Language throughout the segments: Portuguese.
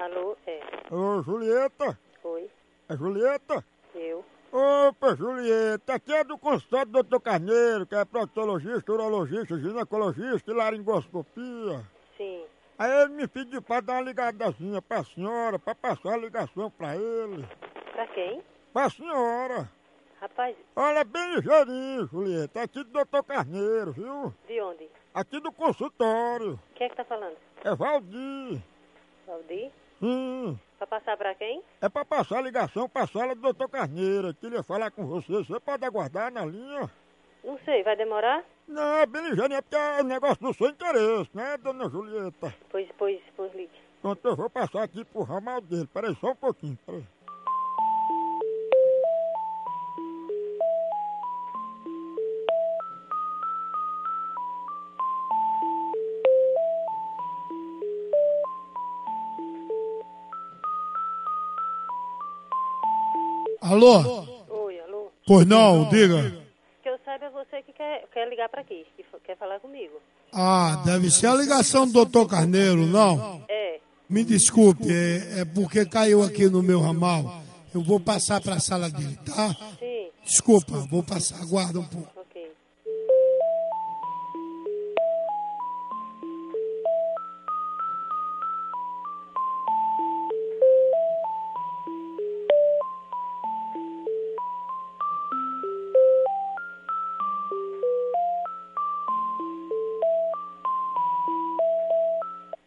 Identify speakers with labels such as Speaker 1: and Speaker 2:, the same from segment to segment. Speaker 1: Alô, é.
Speaker 2: Ô, Julieta!
Speaker 1: Oi,
Speaker 2: É Julieta?
Speaker 1: eu.
Speaker 2: Opa, Julieta, aqui é do consultório do Dr. Carneiro, que é proctologista, urologista, ginecologista e laringoscopia.
Speaker 1: Sim.
Speaker 2: Aí ele me pediu pra dar uma ligadazinha pra senhora, pra passar a ligação pra ele.
Speaker 1: Pra quem?
Speaker 2: Pra senhora.
Speaker 1: Rapaz,
Speaker 2: Olha, bem ligeirinho, Julieta, é aqui do Dr. Carneiro, viu?
Speaker 1: de onde?
Speaker 2: Aqui do consultório.
Speaker 1: Quem é que tá falando?
Speaker 2: É Valdir.
Speaker 1: Valdir?
Speaker 2: Sim.
Speaker 1: Pra passar pra quem?
Speaker 2: É pra passar a ligação pra sala do Dr. Carneiro. Eu Queria falar com você. Você pode aguardar na linha?
Speaker 1: Não sei, vai demorar?
Speaker 2: Não, é bem ligeirinho, é porque é um negócio do seu interesse, né, dona Julieta?
Speaker 1: Pois, pois, pois ligue.
Speaker 2: Pronto, eu vou passar aqui pro ramal dele. Peraí, só um pouquinho, peraí.
Speaker 3: Alô?
Speaker 1: Oi, alô.
Speaker 3: Pois não, diga.
Speaker 1: Que eu saiba é você que quer, quer ligar pra aqui, que fa- quer falar comigo.
Speaker 3: Ah, deve ser a ligação do Dr. Carneiro, não?
Speaker 1: É,
Speaker 3: Me desculpe, é, é porque caiu aqui no meu ramal. Eu vou passar para a sala dele, tá?
Speaker 1: sim,
Speaker 3: Desculpa, vou passar, aguarda um pouco.
Speaker 1: ok.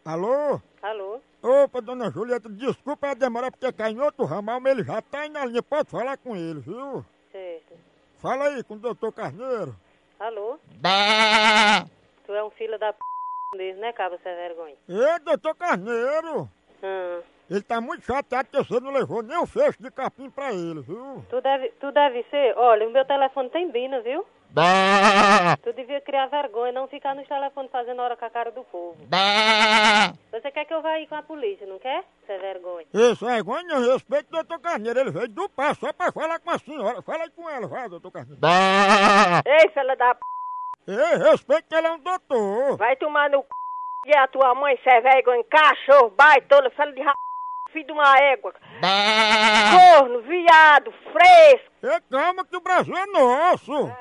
Speaker 2: Alô?
Speaker 1: Alô?
Speaker 2: Opa, dona Julieta, desculpa a demora porque cai em outro ramal, mas ele já tá aí na linha. Pode falar com ele, viu?
Speaker 1: Certo.
Speaker 2: Fala aí com o doutor Carneiro.
Speaker 1: Alô? Tu é um filho da p mesmo, né, cabo, sem vergonha?
Speaker 2: Ei, doutor Carneiro!
Speaker 1: Hum.
Speaker 2: Ele tá muito chateado que você não levou nem um fecho de capim pra ele, viu?
Speaker 1: Tu deve, tu deve ser, olha, o meu telefone tem bina, viu? Tu devia criar vergonha e não ficar nos telefones fazendo hora com a cara do povo. Você quer que eu vá ir com a polícia, não quer? Você é vergonha.
Speaker 2: Isso é vergonha, não respeito o doutor Carneiro. Ele veio do par só pra falar com a senhora. Fala aí com ela, vai, doutor Carneiro.
Speaker 4: Ei, filha da p...
Speaker 2: Ei, respeito que ele é um doutor.
Speaker 4: vai tomar no c... E a tua mãe, cê é vergonha, cachorro, baitola, filho de ra... filho de uma égua,
Speaker 2: Ah.
Speaker 4: corno, viado, fresco.
Speaker 2: Ei, calma que o Brasil é nosso.